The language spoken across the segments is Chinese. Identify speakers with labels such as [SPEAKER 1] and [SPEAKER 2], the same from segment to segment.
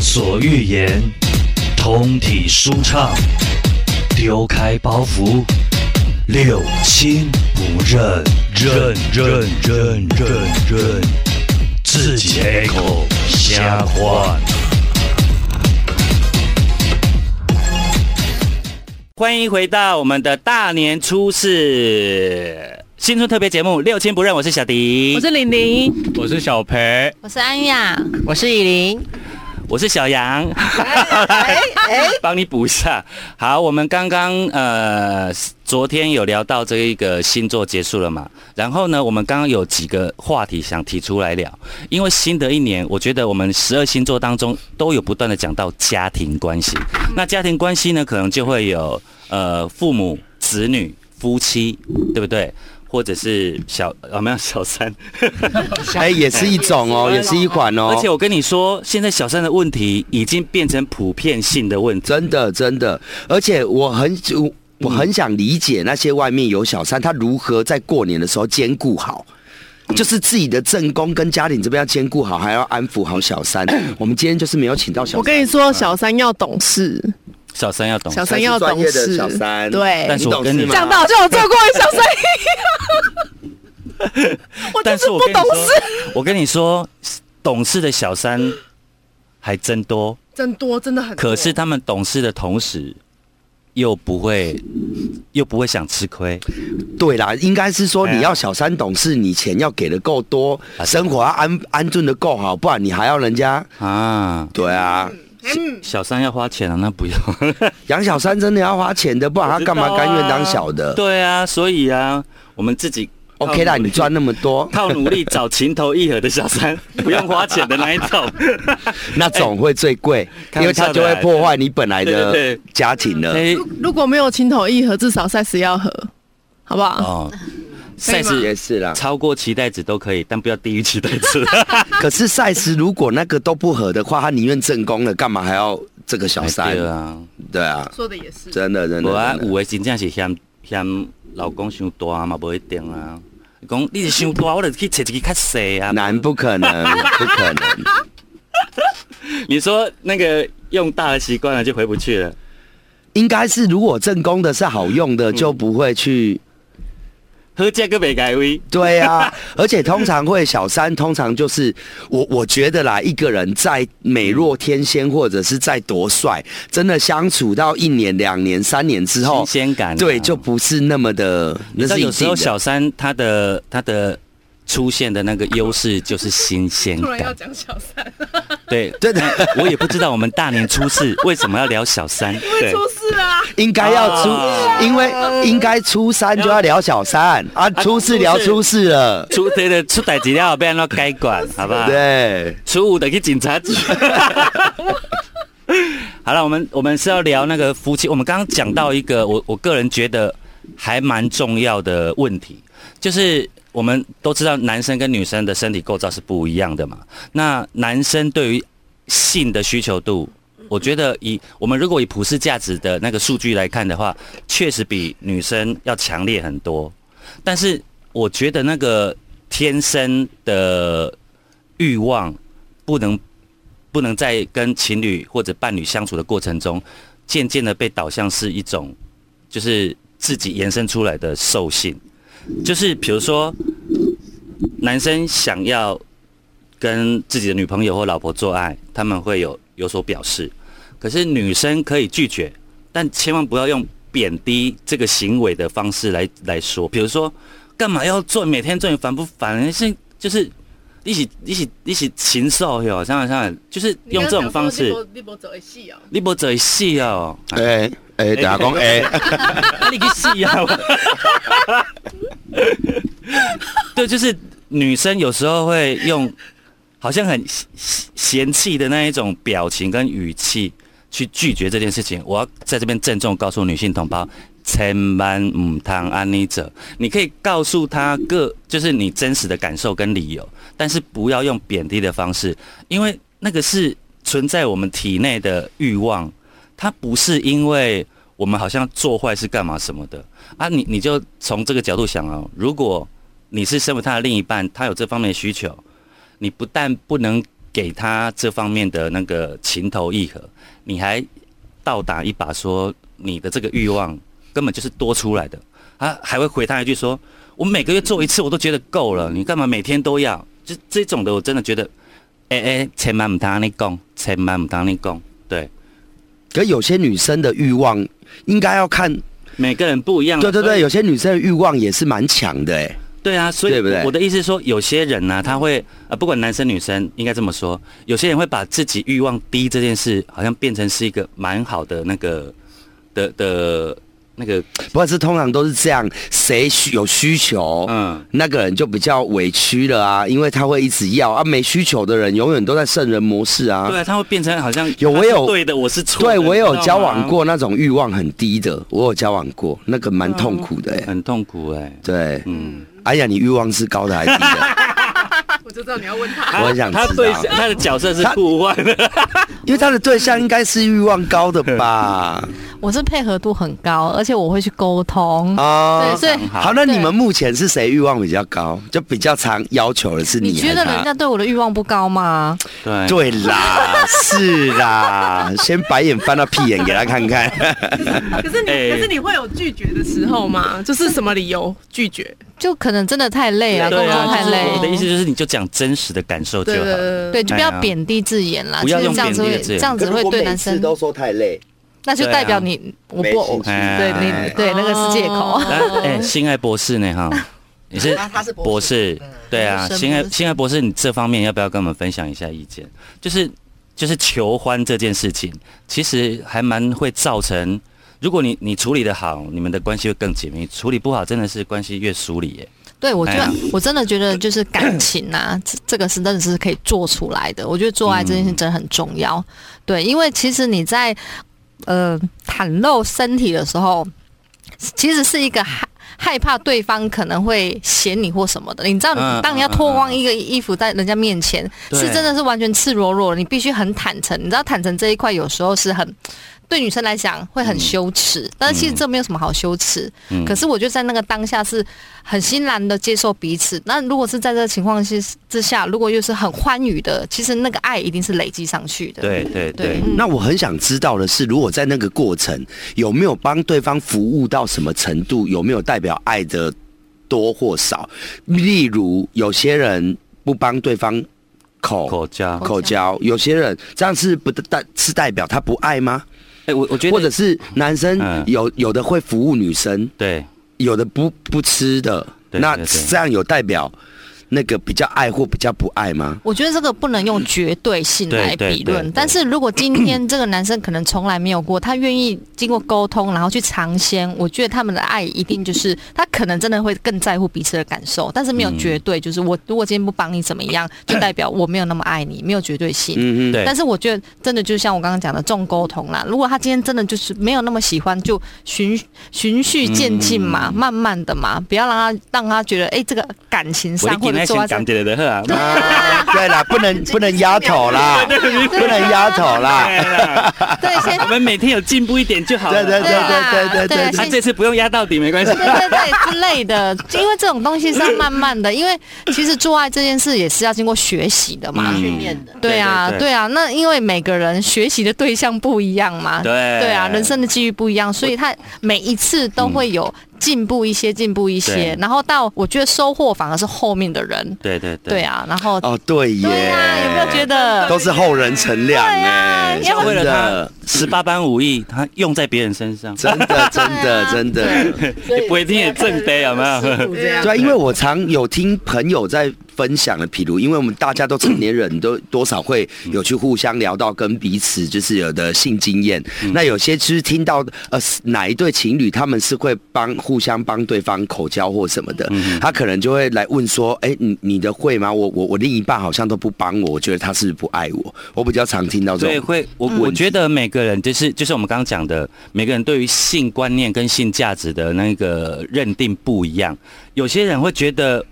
[SPEAKER 1] 所欲言，通体舒畅，丢开包袱，六亲不认，认认认认认，自己开口瞎话。
[SPEAKER 2] 欢迎回到我们的大年初四新春特别节目《六亲不认》，我是小迪，
[SPEAKER 3] 我是玲玲，
[SPEAKER 2] 我是小培，
[SPEAKER 3] 我是安雅，
[SPEAKER 4] 我是以琳，
[SPEAKER 2] 我是小杨， 帮你补一下。好，我们刚刚呃昨天有聊到这一个星座结束了嘛，然后呢，我们刚刚有几个话题想提出来聊，因为新的一年，我觉得我们十二星座当中都有不断的讲到家庭关系，那家庭关系呢，可能就会有呃父母、子女、夫妻，对不对？或者是小啊没有小三，
[SPEAKER 4] 哎，也是一种 哦，也是一款哦
[SPEAKER 2] 而，且我跟你说，现在小三的问题已经变成普遍性的问题。
[SPEAKER 4] 真的真的，而且我很我我很想理解那些外面有小三，他如何在过年的时候兼顾好。就是自己的正宫跟家庭这边要兼顾好，还要安抚好 小三。我们今天就是没有请到小三，
[SPEAKER 3] 我跟你说，小三要懂事，
[SPEAKER 2] 小三要懂事
[SPEAKER 3] 小三要懂事，
[SPEAKER 4] 才是专业的小
[SPEAKER 2] 但
[SPEAKER 4] 三
[SPEAKER 3] 对
[SPEAKER 2] 是。
[SPEAKER 4] 你懂
[SPEAKER 2] 我跟你
[SPEAKER 4] 事吗？
[SPEAKER 3] 讲到就有做过小三一样，我就
[SPEAKER 2] 但
[SPEAKER 3] 是
[SPEAKER 2] 是
[SPEAKER 3] 不
[SPEAKER 2] 我跟你
[SPEAKER 3] 懂
[SPEAKER 2] 说
[SPEAKER 3] 事，，
[SPEAKER 2] 我跟你说，懂事的小三还真多，
[SPEAKER 3] 真多真的很多。
[SPEAKER 2] 可是他们懂事的同时，又不会又不会想吃亏。
[SPEAKER 4] 对啦，应该是说
[SPEAKER 2] 哎呀
[SPEAKER 4] 你要小三懂事，你钱要给的够多，
[SPEAKER 2] 啊
[SPEAKER 4] 生活要安安顿的够好，不然你还要人家。
[SPEAKER 2] 啊，
[SPEAKER 4] 对啊，
[SPEAKER 3] 嗯
[SPEAKER 2] 小三要花钱啊，那不 用。
[SPEAKER 4] 养小三真的要花钱的，不然他啊
[SPEAKER 3] 啊
[SPEAKER 4] 干嘛甘愿当小的
[SPEAKER 2] 对啊，所以啊，我们自己
[SPEAKER 4] ？OK 啦，
[SPEAKER 2] 靠努力
[SPEAKER 4] 你赚那么多，
[SPEAKER 2] 靠努力找情投意合的小三， 不用花钱的那一种。
[SPEAKER 4] 那种会最贵，
[SPEAKER 2] 开
[SPEAKER 4] 因为
[SPEAKER 2] 玩笑的
[SPEAKER 4] 他就会破坏你本来
[SPEAKER 2] 对对
[SPEAKER 4] 的
[SPEAKER 2] 对
[SPEAKER 4] 家庭了。
[SPEAKER 2] 哎
[SPEAKER 3] 如果没有情投意合，至少赛事要合，好不
[SPEAKER 4] 呃
[SPEAKER 3] 好？
[SPEAKER 2] 哦，
[SPEAKER 3] 可以
[SPEAKER 2] 赛
[SPEAKER 3] 吗
[SPEAKER 2] 事
[SPEAKER 4] 也是啦，
[SPEAKER 2] 超过期待值都可以，但不要低于期待值。
[SPEAKER 4] 可是赛斯如果那个都不合的话，他宁愿正宫了，干嘛还要这个 小三？
[SPEAKER 2] 对啊，
[SPEAKER 4] 对啊，
[SPEAKER 3] 说的也是
[SPEAKER 4] 真的真
[SPEAKER 2] 无啊
[SPEAKER 4] 的，真
[SPEAKER 2] 有的
[SPEAKER 4] 的。
[SPEAKER 2] 真正是嫌嫌老公伤大嘛，无一定啊。讲你是 伤大，我就去找一个较细啊。
[SPEAKER 4] 难不可能，不可 能。
[SPEAKER 2] 你说那个用大的习惯了就回不去了，
[SPEAKER 4] 应该是如果正宫的是好用
[SPEAKER 2] 嗯
[SPEAKER 4] 的，就不会去。
[SPEAKER 2] 喝这个没改为
[SPEAKER 4] 对啊，而且通常会小三，通常就是我我觉得啦，一个人再美若天仙，或者是再多帅，真的相处到一年、两年、三年之后
[SPEAKER 2] 新，鲜感啊、
[SPEAKER 4] 对，就不是那么的，
[SPEAKER 2] 你
[SPEAKER 4] 那
[SPEAKER 2] 知道
[SPEAKER 4] 是一
[SPEAKER 2] 有时候
[SPEAKER 4] 定的。
[SPEAKER 2] 小三他的他的出现的那个优势就是新鲜感。
[SPEAKER 3] 讲小三，
[SPEAKER 2] 对对 的，我也不知道我们大年初四为什么要聊小三。对。
[SPEAKER 3] 事啦！
[SPEAKER 4] 应该要出，
[SPEAKER 2] 啊
[SPEAKER 4] 因为应该初三就要聊小三啊，初四聊初四了，
[SPEAKER 2] 出对的出代志了，不然要改 管，好不好？
[SPEAKER 4] 对，啊
[SPEAKER 2] 初五得去警察局。 好了，我们我们是要聊那个夫妻。我们刚刚讲到一个，我我个人觉得还蛮重要的问题，就是我们都知道男生跟女生的身体构造是不一样的嘛。那男生对于性的需求度，我觉得以我们如果以普世价值的那个数据来看的话，确实比女生要强烈很多。但是我觉得那个天生的欲望不能不能在跟情侣或者伴侣相处的过程中，渐渐的被导向是一种就是自己延伸出来的兽性，就是比如说男生想要跟自己的女朋友或老婆做爱，他们会有有所表示，可是女生可以拒绝，但千万不要用贬低这个行为的方式来来说，比如说干嘛要做，每天做你烦不烦？是就是。一起一起一起禽兽哟，想想想想，就是用这种方式，
[SPEAKER 3] 你不走一戏哦。
[SPEAKER 2] 你无做死哦，
[SPEAKER 4] 哎哎，等下讲哎，
[SPEAKER 2] 啊你去死啊！ 对，就是女生有时候会用好像很嫌嫌弃的那一种表情跟语气去拒绝这件事情。我要在这边郑重告诉女性同胞。千万唔通安妮者，你可以告诉她各就是你真实的感受跟理由，但是不要用贬低的方式，因为那个是存在我们体内的欲望，它不是因为我们好像做坏事干嘛什么的啊，你你就从这个角度想哦，如果你是身为他的另一半，他有这方面的需求，你不但不能给他这方面的那个情投意合，你还倒打一把说你的这个欲望根本就是多出来的，他还会回他一句说：“我每个月做一次，我都觉得够了，你干嘛每天都要？”就这种的，我真的觉得，哎、哎，千万不当你讲，千万不当你讲，对，
[SPEAKER 4] 可有些女生的欲望应该要看，
[SPEAKER 2] 每个人不一样。
[SPEAKER 4] 对对
[SPEAKER 2] 所以
[SPEAKER 4] 对，有些女生的欲望也是蛮强的哎、
[SPEAKER 2] 对啊，所以
[SPEAKER 4] 对不对
[SPEAKER 2] 我的意思是说，有些人呢、他会呃，不管男生女生，应该这么说，有些人会把自己欲望低这件事，好像变成是一个蛮好的那个的的那个，
[SPEAKER 4] 不过是通常都是这样，谁需有需求，
[SPEAKER 2] 嗯，
[SPEAKER 4] 那个人就比较委屈了啊，因为他会一直要啊，没需求的人永远都在圣人模式啊。
[SPEAKER 2] 对啊，他会变成好像
[SPEAKER 4] 有
[SPEAKER 2] 他
[SPEAKER 4] 我
[SPEAKER 2] 是
[SPEAKER 4] 有
[SPEAKER 2] 对的，我是错的，
[SPEAKER 4] 对，我有
[SPEAKER 2] 你知道
[SPEAKER 4] 交
[SPEAKER 2] 吗
[SPEAKER 4] 往，过那种欲望很低的，我有交往过，那个蛮痛苦的、欸。
[SPEAKER 2] 很痛苦哎、
[SPEAKER 4] 对，
[SPEAKER 2] 嗯，
[SPEAKER 4] 哎呀，你欲望是高的还是低的？
[SPEAKER 3] 我就知道你要问他。
[SPEAKER 4] 我很想知道
[SPEAKER 2] 他对他的角色是互换的，
[SPEAKER 4] 因为他的对象应该是欲望高的吧？
[SPEAKER 5] 我是配合度很高，而且我会去沟通。
[SPEAKER 4] 啊
[SPEAKER 5] 对，，所以
[SPEAKER 4] 好，那你们目前是谁欲望比较高？就比较常要求的是
[SPEAKER 5] 你
[SPEAKER 4] 你
[SPEAKER 5] 觉得
[SPEAKER 4] 还是
[SPEAKER 5] 人
[SPEAKER 4] 他
[SPEAKER 5] 家对我的欲望不高吗？
[SPEAKER 2] 对
[SPEAKER 4] 对啦，是啦，先白眼翻到屁眼给他看 看。
[SPEAKER 3] 可是你，
[SPEAKER 2] 哎
[SPEAKER 3] 可是你会有拒绝的时候吗？就是什么理由拒绝？
[SPEAKER 5] 就可能真的太累了，沟
[SPEAKER 2] 对
[SPEAKER 5] 通
[SPEAKER 2] 啊，
[SPEAKER 5] 太
[SPEAKER 2] 就是我的意
[SPEAKER 5] 累。
[SPEAKER 2] 思就是，你就讲真实的感受就
[SPEAKER 3] 对
[SPEAKER 2] 好
[SPEAKER 3] 对
[SPEAKER 2] 了。
[SPEAKER 3] 对
[SPEAKER 5] 对，
[SPEAKER 3] 对，
[SPEAKER 5] 就不要贬低字眼啦，
[SPEAKER 2] 哎不
[SPEAKER 5] 就
[SPEAKER 2] 要
[SPEAKER 5] 是
[SPEAKER 2] 用
[SPEAKER 5] 这样子
[SPEAKER 2] 贬低
[SPEAKER 5] 会
[SPEAKER 2] 的字眼
[SPEAKER 5] 这样子会对男生，
[SPEAKER 4] 说太累，
[SPEAKER 5] 那就代表你我
[SPEAKER 4] 没
[SPEAKER 5] 不
[SPEAKER 4] 兴
[SPEAKER 5] 我
[SPEAKER 4] 趣
[SPEAKER 5] 对
[SPEAKER 2] 哎
[SPEAKER 5] 你对那个是借口。
[SPEAKER 2] 哎、哎性爱博士呢？哈，你是
[SPEAKER 6] 啊他是博
[SPEAKER 2] 博
[SPEAKER 6] 士，嗯
[SPEAKER 2] 士，对啊，
[SPEAKER 5] 生
[SPEAKER 2] 新爱
[SPEAKER 5] 博士
[SPEAKER 2] 新爱博士，你这方面要不要跟我们分享一下意见？就是就是求欢这件事情，其实还蛮会造成，如果你你处理的好，你们的关系会更紧密；处理不好，真的是关系越疏离耶。
[SPEAKER 5] 对，我觉
[SPEAKER 2] 哎
[SPEAKER 5] 得
[SPEAKER 2] 呀
[SPEAKER 5] 我真的觉得就是感 情啊，这这个是真的是可以做出来的。我觉得做爱这件事真的很重要。
[SPEAKER 2] 嗯
[SPEAKER 5] 对，因为其实你在呃袒露身体的时候，其实是一个害害怕对方可能会嫌你或什么的。你知道，
[SPEAKER 2] 嗯
[SPEAKER 5] 当你要脱光一个衣服在人家面前，
[SPEAKER 2] 对
[SPEAKER 5] 是真的是完全赤裸裸的，你必须很坦诚。你知道，坦诚这一块有时候是很。对女生来讲会很羞耻，但是其实这没有什么好羞耻。
[SPEAKER 2] 嗯
[SPEAKER 5] 可是我就在那个当下是很欣然的接受彼此。那如果是在这个情况之之下，如果又是很欢愉的，其实那个爱一定是累积上去的。
[SPEAKER 2] 对对对，
[SPEAKER 5] 嗯
[SPEAKER 4] 那我很想知道的是，如果在那个过程有没有帮对方服务到什么程度，有没有代表爱的多或少？例如，有些人不帮对方口
[SPEAKER 2] 口交。
[SPEAKER 4] 口交，有些人这样是不代是代表他不爱吗？
[SPEAKER 2] 哎、我我觉得
[SPEAKER 4] 或者是男生
[SPEAKER 2] 嗯
[SPEAKER 4] 有有的会服务女生，
[SPEAKER 2] 对
[SPEAKER 4] 有的不不吃的，
[SPEAKER 2] 对
[SPEAKER 4] 那
[SPEAKER 2] 对对
[SPEAKER 4] 这样有代表那个比较爱或比较不爱吗？
[SPEAKER 5] 我觉得这个不能用绝对性来
[SPEAKER 2] 对对
[SPEAKER 5] 比
[SPEAKER 2] 嗯对
[SPEAKER 5] 论
[SPEAKER 2] 对，
[SPEAKER 5] 但是如果今天这个男生可能从来没有过，他愿意经过沟通，然后去尝鲜，我觉得他们的爱一定就是他可能真的会更在乎彼此的感受，但是没有绝对，就是我如果今天不帮你怎么样，就代表我没有那么爱你，没有绝对性。
[SPEAKER 4] 嗯哼，
[SPEAKER 2] 对，
[SPEAKER 5] 但是我觉得真的就像我刚刚讲的重沟通啦，如果他今天真的就是没有那么喜欢，就循循序渐进嘛，
[SPEAKER 2] 嗯
[SPEAKER 5] 慢慢的嘛，不要让他让他觉得哎、诶这个感情
[SPEAKER 2] 我
[SPEAKER 5] 上或
[SPEAKER 2] 今
[SPEAKER 5] 者
[SPEAKER 2] 天
[SPEAKER 5] 做
[SPEAKER 2] 先
[SPEAKER 5] 爱上
[SPEAKER 2] 讲。解的好啊。
[SPEAKER 4] 啊， 对啦，不 能不能压头啦，不能压头啦，
[SPEAKER 2] 对啦
[SPEAKER 5] 对，先
[SPEAKER 2] 啊 我们每天有进步一点就好了。
[SPEAKER 4] 对对对
[SPEAKER 5] 对啦
[SPEAKER 4] 对对对
[SPEAKER 5] 对
[SPEAKER 2] 啊，这次不用压到底没关系。
[SPEAKER 5] 对对对之类的，因为这种东西是要慢慢的，因为其实做爱这件事也是要经过学习的
[SPEAKER 2] 嗯
[SPEAKER 5] 嘛。
[SPEAKER 6] 训练的。
[SPEAKER 5] 对啊，
[SPEAKER 2] 对对对
[SPEAKER 5] 对啊，那因为每个人学习的对象不一样嘛，
[SPEAKER 2] 对
[SPEAKER 5] 对啊，人生的机遇不一样，所以他每一次都会有进步一些，进步一些
[SPEAKER 2] 对，
[SPEAKER 5] 然后到我觉得收获反而是后面的人，
[SPEAKER 2] 对对对
[SPEAKER 5] 对啊，然后
[SPEAKER 4] 哦，对耶，
[SPEAKER 5] 对啊，有没有觉得？
[SPEAKER 4] 都是后人乘凉哎，
[SPEAKER 5] 对啊要
[SPEAKER 2] 为了
[SPEAKER 4] 真的
[SPEAKER 2] 他。十八般武艺，他用在别人身上，
[SPEAKER 4] 真的，真的，真 的，
[SPEAKER 2] 也不一定
[SPEAKER 5] 啊
[SPEAKER 2] 也正杯有没 有？
[SPEAKER 6] 这样
[SPEAKER 4] 对啊，因为我常有听朋友在分享的，譬如，因为我们大家都成 年人，都多少会有去互相聊到跟彼此就是有的性经验。
[SPEAKER 2] 嗯
[SPEAKER 4] 那有些其实听到呃哪一对情侣，他们是会帮互相帮对方口交或什么的，
[SPEAKER 2] 嗯
[SPEAKER 4] 他可能就会来问说，哎，你你的会吗？我我我另一半好像都不帮我，我觉得他是不是不爱我？我比较常听到这
[SPEAKER 2] 对，
[SPEAKER 4] 种。
[SPEAKER 2] 会我
[SPEAKER 4] 嗯
[SPEAKER 2] 我觉得每个人就是就是我们刚刚讲的，每个人对于性观念跟性价值的那个认定不一样。有些人会觉得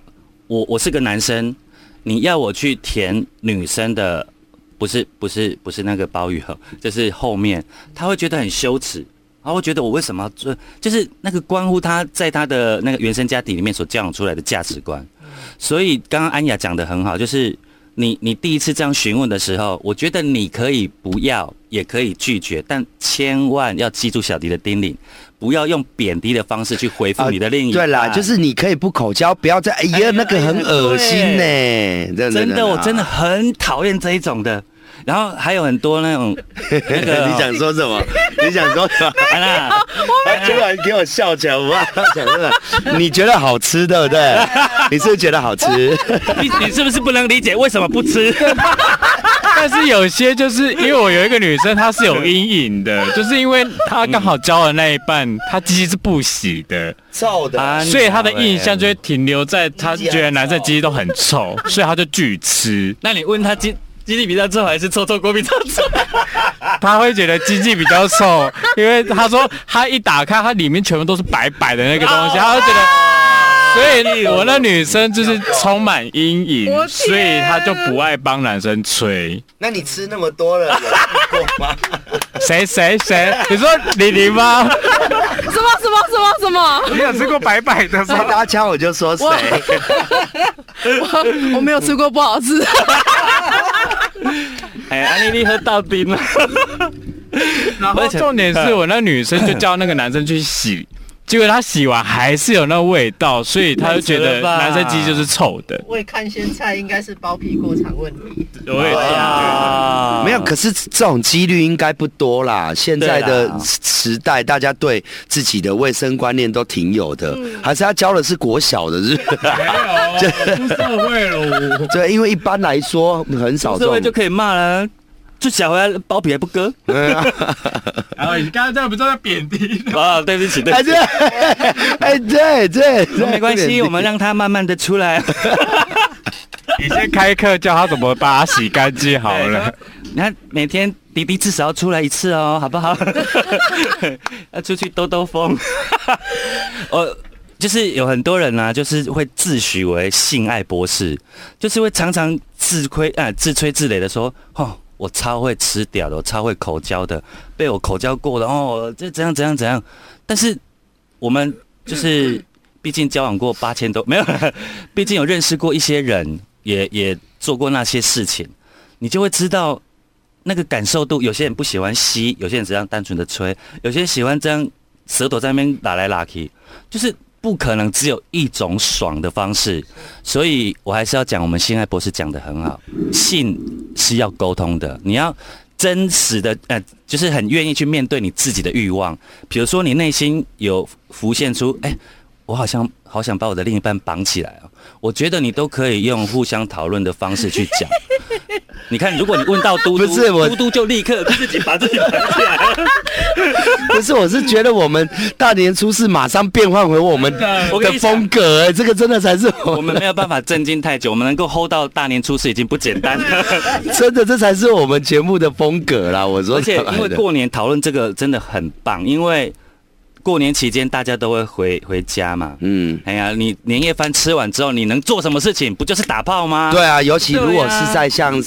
[SPEAKER 2] 我我是个男生，你要我去舔女生的，不是不是不是那个包雨后，就是后面他会觉得很羞耻。他会觉得我为什么要做，就是那个关乎他在他的那个原生家庭里面所教养出来的价值观，所以刚刚安雅讲的很好，就是你你第一次这样询问的时候，我觉得你可以不要，也可以拒绝，但千万要记住小迪的叮咛，不要用贬低的方式去回复你的另一半。
[SPEAKER 4] 啊对啦，就是你可以不口交，不要再哎
[SPEAKER 2] 哎
[SPEAKER 4] 呀
[SPEAKER 2] 呀哎
[SPEAKER 4] 那个很恶心呢、啊
[SPEAKER 2] 真的，我真的
[SPEAKER 4] 的。
[SPEAKER 2] 很讨厌这一种的。然后还有很多那 种那个
[SPEAKER 4] 你想说什 么？你想说什么？
[SPEAKER 2] 啊啦，
[SPEAKER 4] 他突然给我笑起来，我不知道想什 么。你觉得好吃，对不对？ 你是不是觉得好吃？
[SPEAKER 2] 你你是不是不能理解为什么不吃？
[SPEAKER 6] 但是有些就是因为我有一个女生，她是有阴影的， 就是因为她刚好交的那一半，她鸡鸡是不洗的，
[SPEAKER 4] 臭的
[SPEAKER 2] 啊
[SPEAKER 6] 所以她的印象就
[SPEAKER 2] 哎
[SPEAKER 6] 会停留在她觉得男生鸡鸡都很臭，所以她就拒吃，
[SPEAKER 2] 那你问他鸡鸡力比较臭还是臭臭锅比较臭？
[SPEAKER 3] 啊
[SPEAKER 6] 她会觉得鸡鸡比较臭，因为她说她一打开，它里面全部都是白白的那个东西，
[SPEAKER 3] 啊
[SPEAKER 6] 她会觉得。所以我那女生就是充满阴
[SPEAKER 3] 我
[SPEAKER 6] 影，
[SPEAKER 3] 天啊
[SPEAKER 6] 所以她就不爱帮男生吹。
[SPEAKER 4] 那你吃那么多了，有吃过吗？
[SPEAKER 6] 谁谁谁？你说李玲吗？
[SPEAKER 3] 什么什么什么什么？
[SPEAKER 6] 你有吃过白白 的
[SPEAKER 4] 所以？大家我就说谁
[SPEAKER 3] 我我没有吃过不好吃。
[SPEAKER 2] 哎，安妮丽喝到冰啊了。
[SPEAKER 6] 然后啊重点是我那女生就叫那个男生去洗，结果他洗完还是有那味道，所以他就觉得男生鸡就是臭的。
[SPEAKER 7] 我也看鲜菜应该是包皮过长问题。
[SPEAKER 6] 对
[SPEAKER 2] 啊
[SPEAKER 4] 没有，可是这种几率应该不多啦。现在
[SPEAKER 2] 对
[SPEAKER 4] 的
[SPEAKER 2] 啦
[SPEAKER 4] 时代，大家对自己的卫生观念都挺有的，还是他教的是国小的，是不是？
[SPEAKER 6] 啊 出社会了，
[SPEAKER 4] 对，因为一般来说很少这
[SPEAKER 2] 这位就
[SPEAKER 4] 种。
[SPEAKER 2] 可以骂了。就小回来包皮还不割
[SPEAKER 6] 然后啊你刚刚这样不是在贬低？
[SPEAKER 2] 啊！对不起，对不
[SPEAKER 4] 哎
[SPEAKER 2] 起，
[SPEAKER 4] 对，哎对对，对
[SPEAKER 2] 没关系，我们让他慢慢的出来。
[SPEAKER 6] 你先开课教他怎么把它洗干净好了。
[SPEAKER 2] 你看每天迪迪至少要出来一次哦，好不好？ 要出去兜兜风。 呃，就是有很多人呢、啊，就是会自诩为性爱博士，就是会常常自亏啊、自吹自擂的说，哦，我超会吃屌的，我超会口交的，被我口交过的哦，这怎样怎样怎样。但是我们就是毕竟交往过八千多，没有， 毕竟有认识过一些人，也也做过那些事情，你就会知道那个感受度。有些人不喜欢吸，有些人只想单纯的吹，有些人喜欢这样舌头在那边拉来拉去，就是不可能只有一种爽的方式。所以我还是要讲，我们性爱博士讲的很好，性是要沟通的，你要。真实的，呃，就是很愿意去面对你自己的欲望。比如说，你内心有浮现出，哎、我好像好想把我的另一半绑起来哦。我觉得你都可以用互相讨论的方式去讲。你看，如果你问到嘟嘟，
[SPEAKER 4] 不是我
[SPEAKER 2] 嘟嘟就立刻自己把自己绑起来。
[SPEAKER 4] 不是，我是觉得我们大年初四马上变换回我们
[SPEAKER 2] 我跟
[SPEAKER 4] 的
[SPEAKER 2] 你讲
[SPEAKER 4] 风格，哎，这个真的才是我
[SPEAKER 2] 我们没有办法震惊太久，我们能够 hold 到大年初四已经不简单 了。
[SPEAKER 4] 真的这才是我们节目的风格啦。我说
[SPEAKER 2] 而且
[SPEAKER 4] 实在的，
[SPEAKER 2] 因为过年讨论这个真的很棒，因为过年期间大家都会回回家嘛。
[SPEAKER 4] 嗯。
[SPEAKER 2] 哎呀，你年夜饭吃完之后，你能做什么事情？不就是打炮吗？
[SPEAKER 4] 对啊，尤其如果
[SPEAKER 2] 对啊
[SPEAKER 4] 是在像、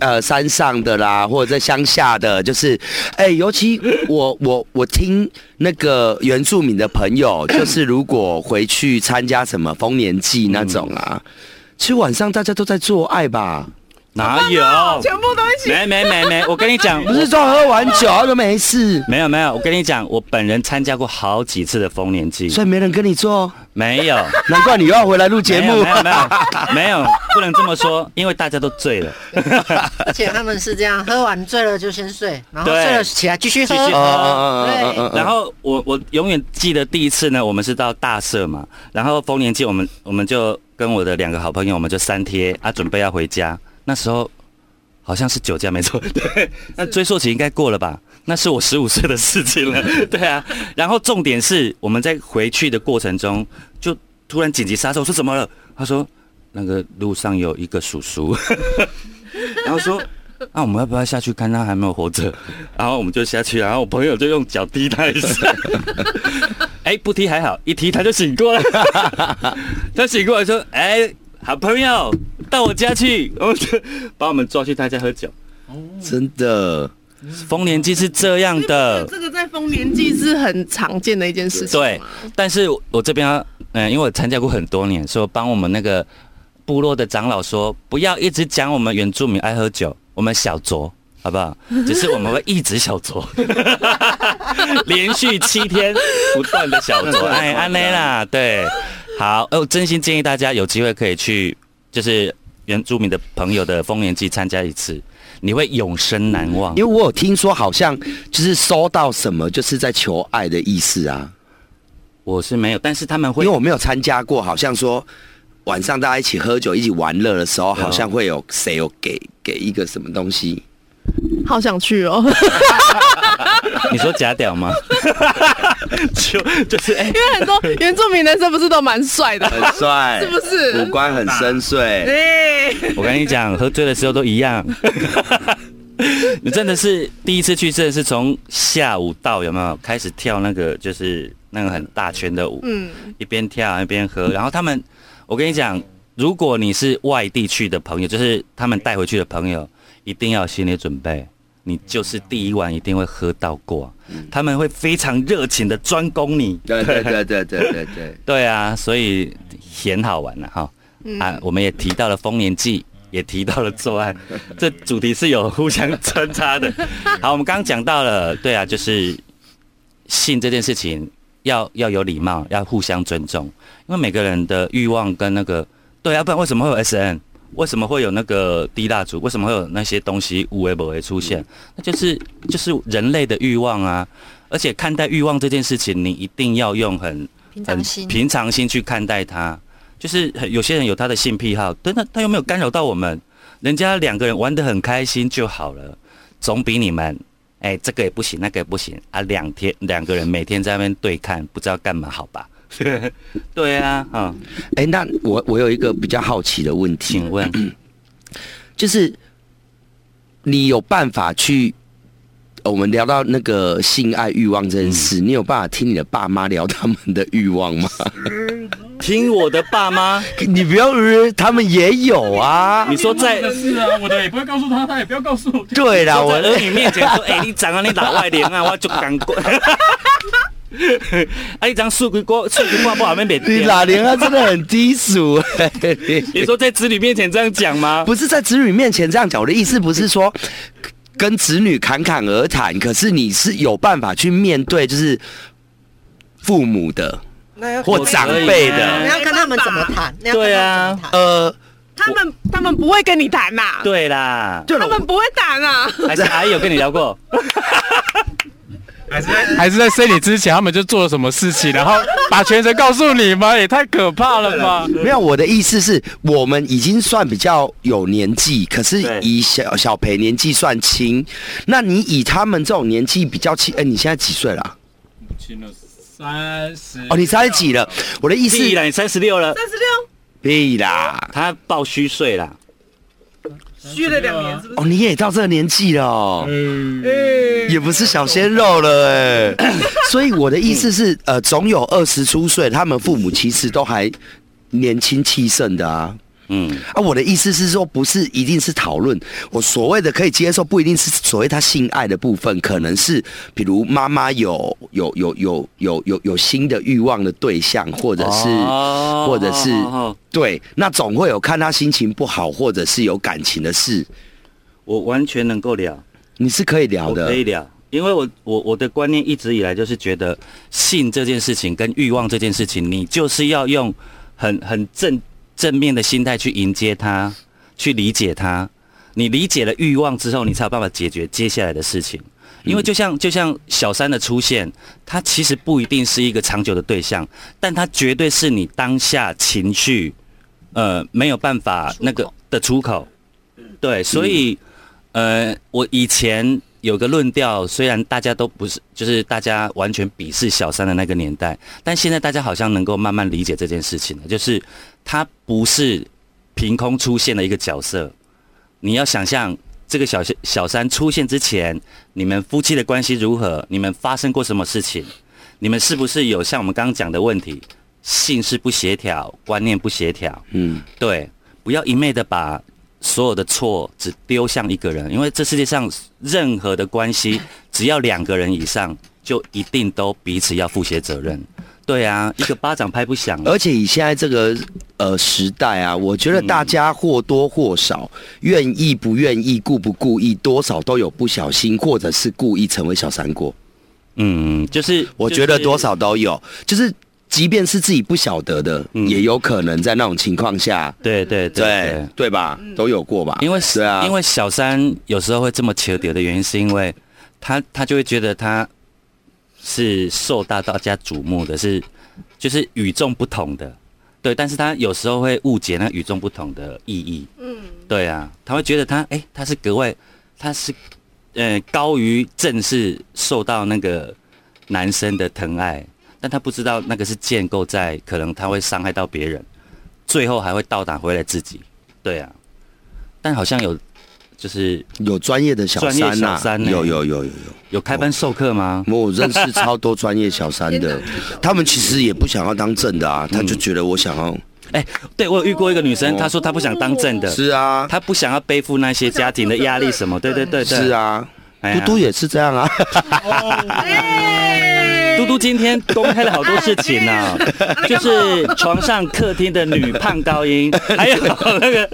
[SPEAKER 4] 呃山上的啦，或者在乡下的，就是，哎、尤其我 我我听那个原住民的朋 友，就是如果回去参加什么丰年祭那种啊，
[SPEAKER 2] 嗯
[SPEAKER 4] 其实晚上大家都在做爱吧，
[SPEAKER 2] 哪有？
[SPEAKER 3] 全部都一起。
[SPEAKER 2] 没没没没，我跟你讲，
[SPEAKER 4] 不是说喝完酒啊都没事，
[SPEAKER 2] 没有没有，我跟你讲，我本人参加过好几次的丰年祭，
[SPEAKER 4] 所以没人跟你做，
[SPEAKER 2] 没有
[SPEAKER 4] 难怪你又要回来录 节目
[SPEAKER 2] 没。有没有没有，不能这么说，因为大家都醉了。
[SPEAKER 7] 而且他们是这样，喝完醉了就先睡，然后
[SPEAKER 2] 对
[SPEAKER 7] 睡了起来继续喝
[SPEAKER 2] 继。续
[SPEAKER 4] 嗯
[SPEAKER 2] 喝
[SPEAKER 4] 嗯嗯嗯嗯
[SPEAKER 2] 然后我我永远记得第一次呢，我们是到大社嘛，然后丰年祭我们我们就跟我的两个好朋友，我们就三贴啊，准备要回家。那时候好像是酒驾没 错，对，那追溯期应该过了吧？那是我十五岁的事情了，对啊。然后重点是我们在回去的过程中，就突然紧急刹车，我说怎么了？他说那个路上有一个叔叔， 然后说。啊那、我们要不要下去看他还没有活着？然后我们就下去，然后我朋友就用脚踢他一 下，哎、不踢还好，一踢他就醒过 来，他醒过来说：“哎、好朋友，到我家去。”然后就把我们抓去他家喝酒。
[SPEAKER 4] 真的，
[SPEAKER 2] 丰年祭是这样的，
[SPEAKER 3] 这个在丰年祭是很常见的一件事情。
[SPEAKER 2] 呃对，但是我这边要，嗯、因为我参加过很多年，所以我帮我们那个部落的长老说，不要一直讲我们原住民爱喝酒，我们小酌。好 不好？只是我们会一直小酌，连续七天不断的小 酌，哎，安内啦，对，好，呃，我真心建议大家有机会可以去，就是原住民的朋友的丰年祭参加一次，你会永生难忘
[SPEAKER 4] 因为。我有听说，好像就是收到什么，就是在求爱的意思啊。
[SPEAKER 2] 我是没有，但是他们
[SPEAKER 4] 因
[SPEAKER 2] 会
[SPEAKER 4] 为我没有参加过，好像说晚上大家一起喝酒、一起玩乐的时候，
[SPEAKER 2] 对啊
[SPEAKER 4] 好像会有谁有给给一个什么 东西。
[SPEAKER 3] 好想去哦，
[SPEAKER 2] 你说假屌吗？ 就就是哎、
[SPEAKER 3] 因为很多原住民男生不是都蛮帅的，
[SPEAKER 4] 很帅，
[SPEAKER 3] 是不是
[SPEAKER 4] 五官很 深邃，
[SPEAKER 3] 哎，
[SPEAKER 2] 我跟你讲，喝醉的时候都一样。 你真的是第一次去，真的是从下午到有没有开始跳那个，就是那个很大圈的舞，
[SPEAKER 3] 嗯，
[SPEAKER 2] 一边跳一边喝。然后他们，我跟你讲，如果你是外地去的朋友，就是他们带回去的朋友，一定要有心理准备，你就是第一晚一定会喝到过。他们会非常热情的专攻你，
[SPEAKER 4] 对对对对对对对。
[SPEAKER 2] 对啊，所以很好玩了、哈、啊，我们也提到了丰年祭，也提到了作案，这主题是有互相穿插的。好，我们刚刚讲到了，对啊，就是性这件事情要要有礼貌，要互相尊重，因为每个人的欲望跟那个对啊，不然为什么会有 S N？为什么会有那个低蜡烛？为什么会有那些东西无为不为出
[SPEAKER 5] 嗯
[SPEAKER 2] 现？那就是就是人类的欲望啊！而且看待欲望这件事情，你一定要用很很
[SPEAKER 5] 平常心。
[SPEAKER 2] 平常心去看待它。就是很有些人有他的性癖好，但他他有没有干扰到我们？人家两个人玩得很开心就好了，总比你们哎、这个也不行，那个也不行啊，两天两个人每天在那边对看，不知道干嘛好吧？ 对啊，嗯，
[SPEAKER 4] 哎、那我我有一个比较好奇的问题，
[SPEAKER 2] 请问，
[SPEAKER 4] 就是你有办法去？呃我们聊到那个性爱欲望这件事，你有办法听你的爸妈聊他们的欲望吗？
[SPEAKER 2] 听我的爸妈，
[SPEAKER 4] 你不要，呃他们也有啊
[SPEAKER 2] 你。说在
[SPEAKER 6] 的是啊，我的也不会告诉他，他也不要告诉我。
[SPEAKER 4] 对啦，
[SPEAKER 2] 我
[SPEAKER 4] 我
[SPEAKER 2] 在儿女面前说，哎、你长啊，你老外脸啊，我就赶过。啊，你长数据瓜，数据瓜不好面别
[SPEAKER 4] 你老年啊真的很低俗、欸嘿
[SPEAKER 2] 你说在子女面前这样讲吗？
[SPEAKER 4] 不是在子女面前这样讲，我的意思不是说 跟子女侃侃而谈，可是你是有办法去面对，就是父母的
[SPEAKER 7] 那要
[SPEAKER 4] 或长辈
[SPEAKER 2] 可以
[SPEAKER 7] 你
[SPEAKER 2] 啊
[SPEAKER 3] 啊
[SPEAKER 7] 要跟他们怎么谈？你要跟
[SPEAKER 2] 对
[SPEAKER 7] 他
[SPEAKER 2] 啊
[SPEAKER 7] 们怎么谈，
[SPEAKER 4] 呃，
[SPEAKER 3] 他们他们不会跟你谈呐，
[SPEAKER 2] 对啦，
[SPEAKER 4] 对
[SPEAKER 3] 他
[SPEAKER 4] 了，
[SPEAKER 3] 们不会谈啊，
[SPEAKER 2] 还是阿姨有跟你聊过？
[SPEAKER 6] 还是在生你之前，他们就做了什么事情，然后把全程告诉你吗？也太可怕 了吧！
[SPEAKER 4] 没有，我的意思是我们已经算比较有年纪，可是
[SPEAKER 2] 对
[SPEAKER 4] 以小小培年纪算轻，那你以他们这种年纪比较轻，哎、你现在几岁了啊？
[SPEAKER 6] 亲了三十
[SPEAKER 4] 哦，你三十几了。我的意思
[SPEAKER 2] 是啦，你三十六了，
[SPEAKER 3] 三十六
[SPEAKER 4] 屁啦，
[SPEAKER 2] 他报虚岁啦。
[SPEAKER 3] 虚了两年，是不是？
[SPEAKER 4] 哦，你也到这个年纪了、哦。
[SPEAKER 2] 嗯
[SPEAKER 3] 哎
[SPEAKER 4] 也不是小鲜肉了 哎、所以我的意思是，呃，总有二十出岁，他们父母其实都还年轻气盛的啊。
[SPEAKER 2] 嗯，
[SPEAKER 4] 啊，我的意思是说，不是一定是讨论，我所谓的可以接受，不一定是所谓他性爱的部分，可能是比如妈妈有有有有有有有新的欲望的对象，或者是、
[SPEAKER 2] 哦
[SPEAKER 4] 或者是
[SPEAKER 2] 哦
[SPEAKER 4] 对，那总会有看他心情不好，或者是有感情的事，
[SPEAKER 2] 我完全能够聊，
[SPEAKER 4] 你是可以聊
[SPEAKER 2] 我
[SPEAKER 4] 的
[SPEAKER 2] 可。以聊，因为我我我的观念一直以来就是觉得性这件事情跟欲望这件事情，你就是要用很很正正面的心态去迎接它，去理解它。你理解了欲望之后，你才有办法解决接下来的事情。因为就像就像小三的出现，它其实不一定是一个长久的对象，但它绝对是你当下情绪，呃，没有办法那个的出口。对，所以，呃，我以前有个论调，虽然大家都不是，就是大家完全鄙视小三的那个年代，但现在大家好像能够慢慢理解这件事情了，就是他不是凭空出现的一个角色，你要想象。这个小小三出现之前，你们夫妻的关系如何？你们发生过什么事情？你们是不是有像我们刚刚讲的问题，性是不协调，观念不协调？
[SPEAKER 4] 嗯，
[SPEAKER 2] 对，不要一昧的把所有的错只丢向一个人，因为这世界上任何的关系，只要两个人以上，就一定都彼此要负些责任。对啊，一个巴掌拍不响。
[SPEAKER 4] 而且以现在这个呃时代啊，我觉得大家或多或少愿意不愿意、故不故意，多少都有不小心或者是故意成为小三过。
[SPEAKER 2] 嗯，就是
[SPEAKER 4] 我觉得多，少都有，就是即便是自己不晓得的，
[SPEAKER 2] 嗯
[SPEAKER 4] 也有可能在那种情况下，
[SPEAKER 2] 就是对对对嗯
[SPEAKER 4] 对对吧？都有过吧？
[SPEAKER 2] 因为
[SPEAKER 4] 对啊，
[SPEAKER 2] 因为小三有时候会这么求屌的原因，是因为他他就会觉得他是受到大家瞩目的，是就是与众不同的，对。但是他有时候会误解那与众不同的意义，嗯，对啊，他会觉得他哎、他是格外，他是呃高于正式受到那个男生的疼爱，但他不知道那个是建构在可能他会伤害到别人，最后还会倒打回来自己，对啊。但好像有就是
[SPEAKER 4] 有专业的小
[SPEAKER 2] 专业
[SPEAKER 4] 三呐、
[SPEAKER 2] 小三欸
[SPEAKER 4] 有有有有有。
[SPEAKER 2] 有开班授课吗？
[SPEAKER 4] 我认识超多专业小三 的，他们其实也不想要当正的啊，他就觉得我想要。
[SPEAKER 2] 哎、对我有遇过一个女生，她说她不想当正的，
[SPEAKER 4] 是啊，
[SPEAKER 2] 她不想要背负那些家庭的压力什么。对对对对，
[SPEAKER 4] 是，啊，
[SPEAKER 2] 哎
[SPEAKER 4] 嘟
[SPEAKER 2] 呀
[SPEAKER 4] 嘟也是这样 啊。
[SPEAKER 2] 嘟嘟今 天公开了好多事情啊，
[SPEAKER 4] 哎
[SPEAKER 2] 就是床上客厅的女胖高音，
[SPEAKER 4] 哎
[SPEAKER 2] 还有那 个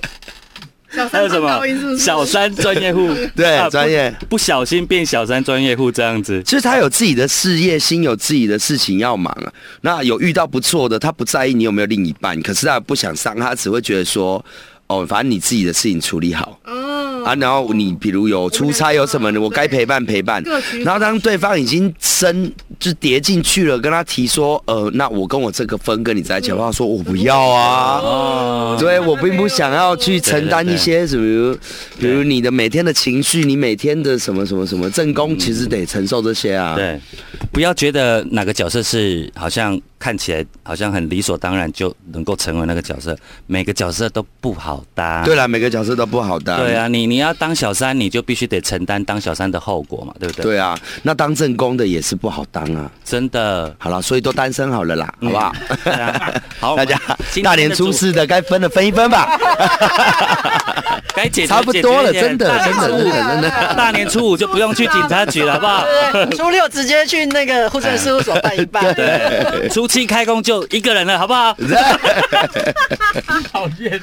[SPEAKER 3] 小
[SPEAKER 2] 还
[SPEAKER 3] 三
[SPEAKER 2] 有什么
[SPEAKER 3] 高音是不是
[SPEAKER 2] 小三专业户，
[SPEAKER 4] 对
[SPEAKER 2] 啊不
[SPEAKER 4] 专业
[SPEAKER 2] 不小心变小三专业户这样子。
[SPEAKER 4] 就是他有自己的事业心，有自己的事情要忙啊。那有遇到不错的，他不在意你有没有另一半，可是他不想伤，他只会觉得说，哦，反正你自己的事情处理好。
[SPEAKER 3] 嗯
[SPEAKER 4] 啊，然后你比如有出差有什么的，我该陪伴陪伴
[SPEAKER 3] 各取。所
[SPEAKER 4] 然后当对方已经深就跌进去了，跟他提说，呃，那我跟我这个分跟你
[SPEAKER 3] 嗯
[SPEAKER 4] 在一起的话，他说我不要啊。
[SPEAKER 2] 哦，
[SPEAKER 4] 对，我并不想要去承担一些什么，比
[SPEAKER 2] 对
[SPEAKER 4] 如你的每天的情绪，你每天的什么什么什么正宫，其实得承受这些啊。，
[SPEAKER 2] 嗯对，不要觉得哪个角色是好像看起来好像很理所当然就能够成为那个角色，每个角色都不好搭。
[SPEAKER 4] 对啦，每个角色都不好当。
[SPEAKER 2] 对。啊，你你要当小三，你就必须得承担当小三的后果嘛，对不对？，
[SPEAKER 4] 对啊，那当正宫的也是不好当啊。
[SPEAKER 2] 真的，
[SPEAKER 4] 好了，所以都单身好了啦，好不好？
[SPEAKER 2] 对 啊。嗯好，
[SPEAKER 4] 大家
[SPEAKER 2] 我们 今天
[SPEAKER 4] 大年
[SPEAKER 2] 的
[SPEAKER 4] 初
[SPEAKER 2] 主
[SPEAKER 4] 四的该分的分一分 吧，
[SPEAKER 2] 该解决
[SPEAKER 4] 差不多了，
[SPEAKER 2] 解决一
[SPEAKER 4] 真的，
[SPEAKER 2] 点
[SPEAKER 4] 真的，真的，真的。啊
[SPEAKER 2] 大年初五就不用去警察局了，好不好？
[SPEAKER 7] 对初六直接去那个护政事务所办一办。
[SPEAKER 2] 对，初七开工就一个人了，好不好？
[SPEAKER 6] 讨厌。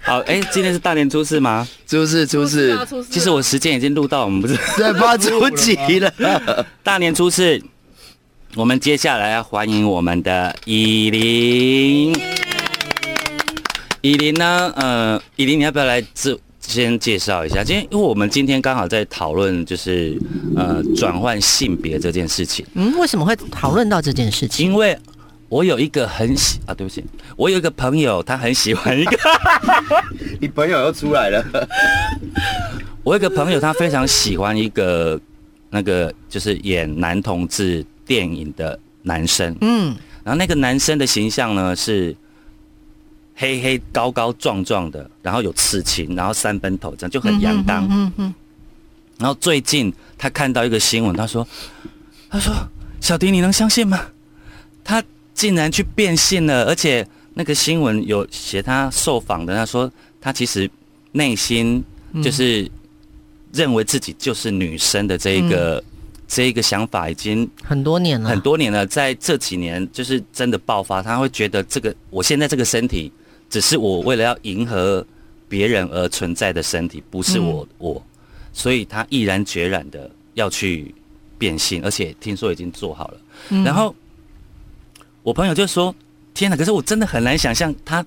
[SPEAKER 2] 好，哎，今天是大年初四吗？
[SPEAKER 4] 就是就是，
[SPEAKER 3] 出事啊
[SPEAKER 2] 其实我时间已经录到我们不是
[SPEAKER 4] 对，发出急了。
[SPEAKER 2] 大年初四，我们接下来要欢迎我们的以琳。以琳呢，呃，以琳，你要不要来自先介绍一下？今天因为我们今天刚好在讨论就是呃转换性别这件事情，
[SPEAKER 7] 嗯，为什么会讨论到这件事情？
[SPEAKER 2] 因为。我有一个很喜啊，对不起，我有一个朋友，他很喜欢一个，
[SPEAKER 4] 你朋友又出来了，
[SPEAKER 2] 我有一个朋友，他非常喜欢一个那个就是演男同志电影的男生，
[SPEAKER 7] 嗯，
[SPEAKER 2] 然后那个男生的形象呢是黑黑高高壮壮的，然后有刺青，然后三分头，这样就很阳刚。
[SPEAKER 7] 嗯嗯，
[SPEAKER 2] 然后最近他看到一个新闻，他说：“他说小迪，你能相信吗？他竟然去变性了，而且那个新闻有写他受访的，他说他其实内心就是认为自己就是女生的这一个、这一个想法已经
[SPEAKER 7] 嗯很多年了，
[SPEAKER 2] 很多年了，在这几年就是真的爆发，他会觉得这个我现在这个身体只是我为了要迎合别人而存在的身体，不是我、我，所以他毅然决然的要去变性，而且听说已经做好了。然后我朋友就说：“天哪！可是我真的很难想象他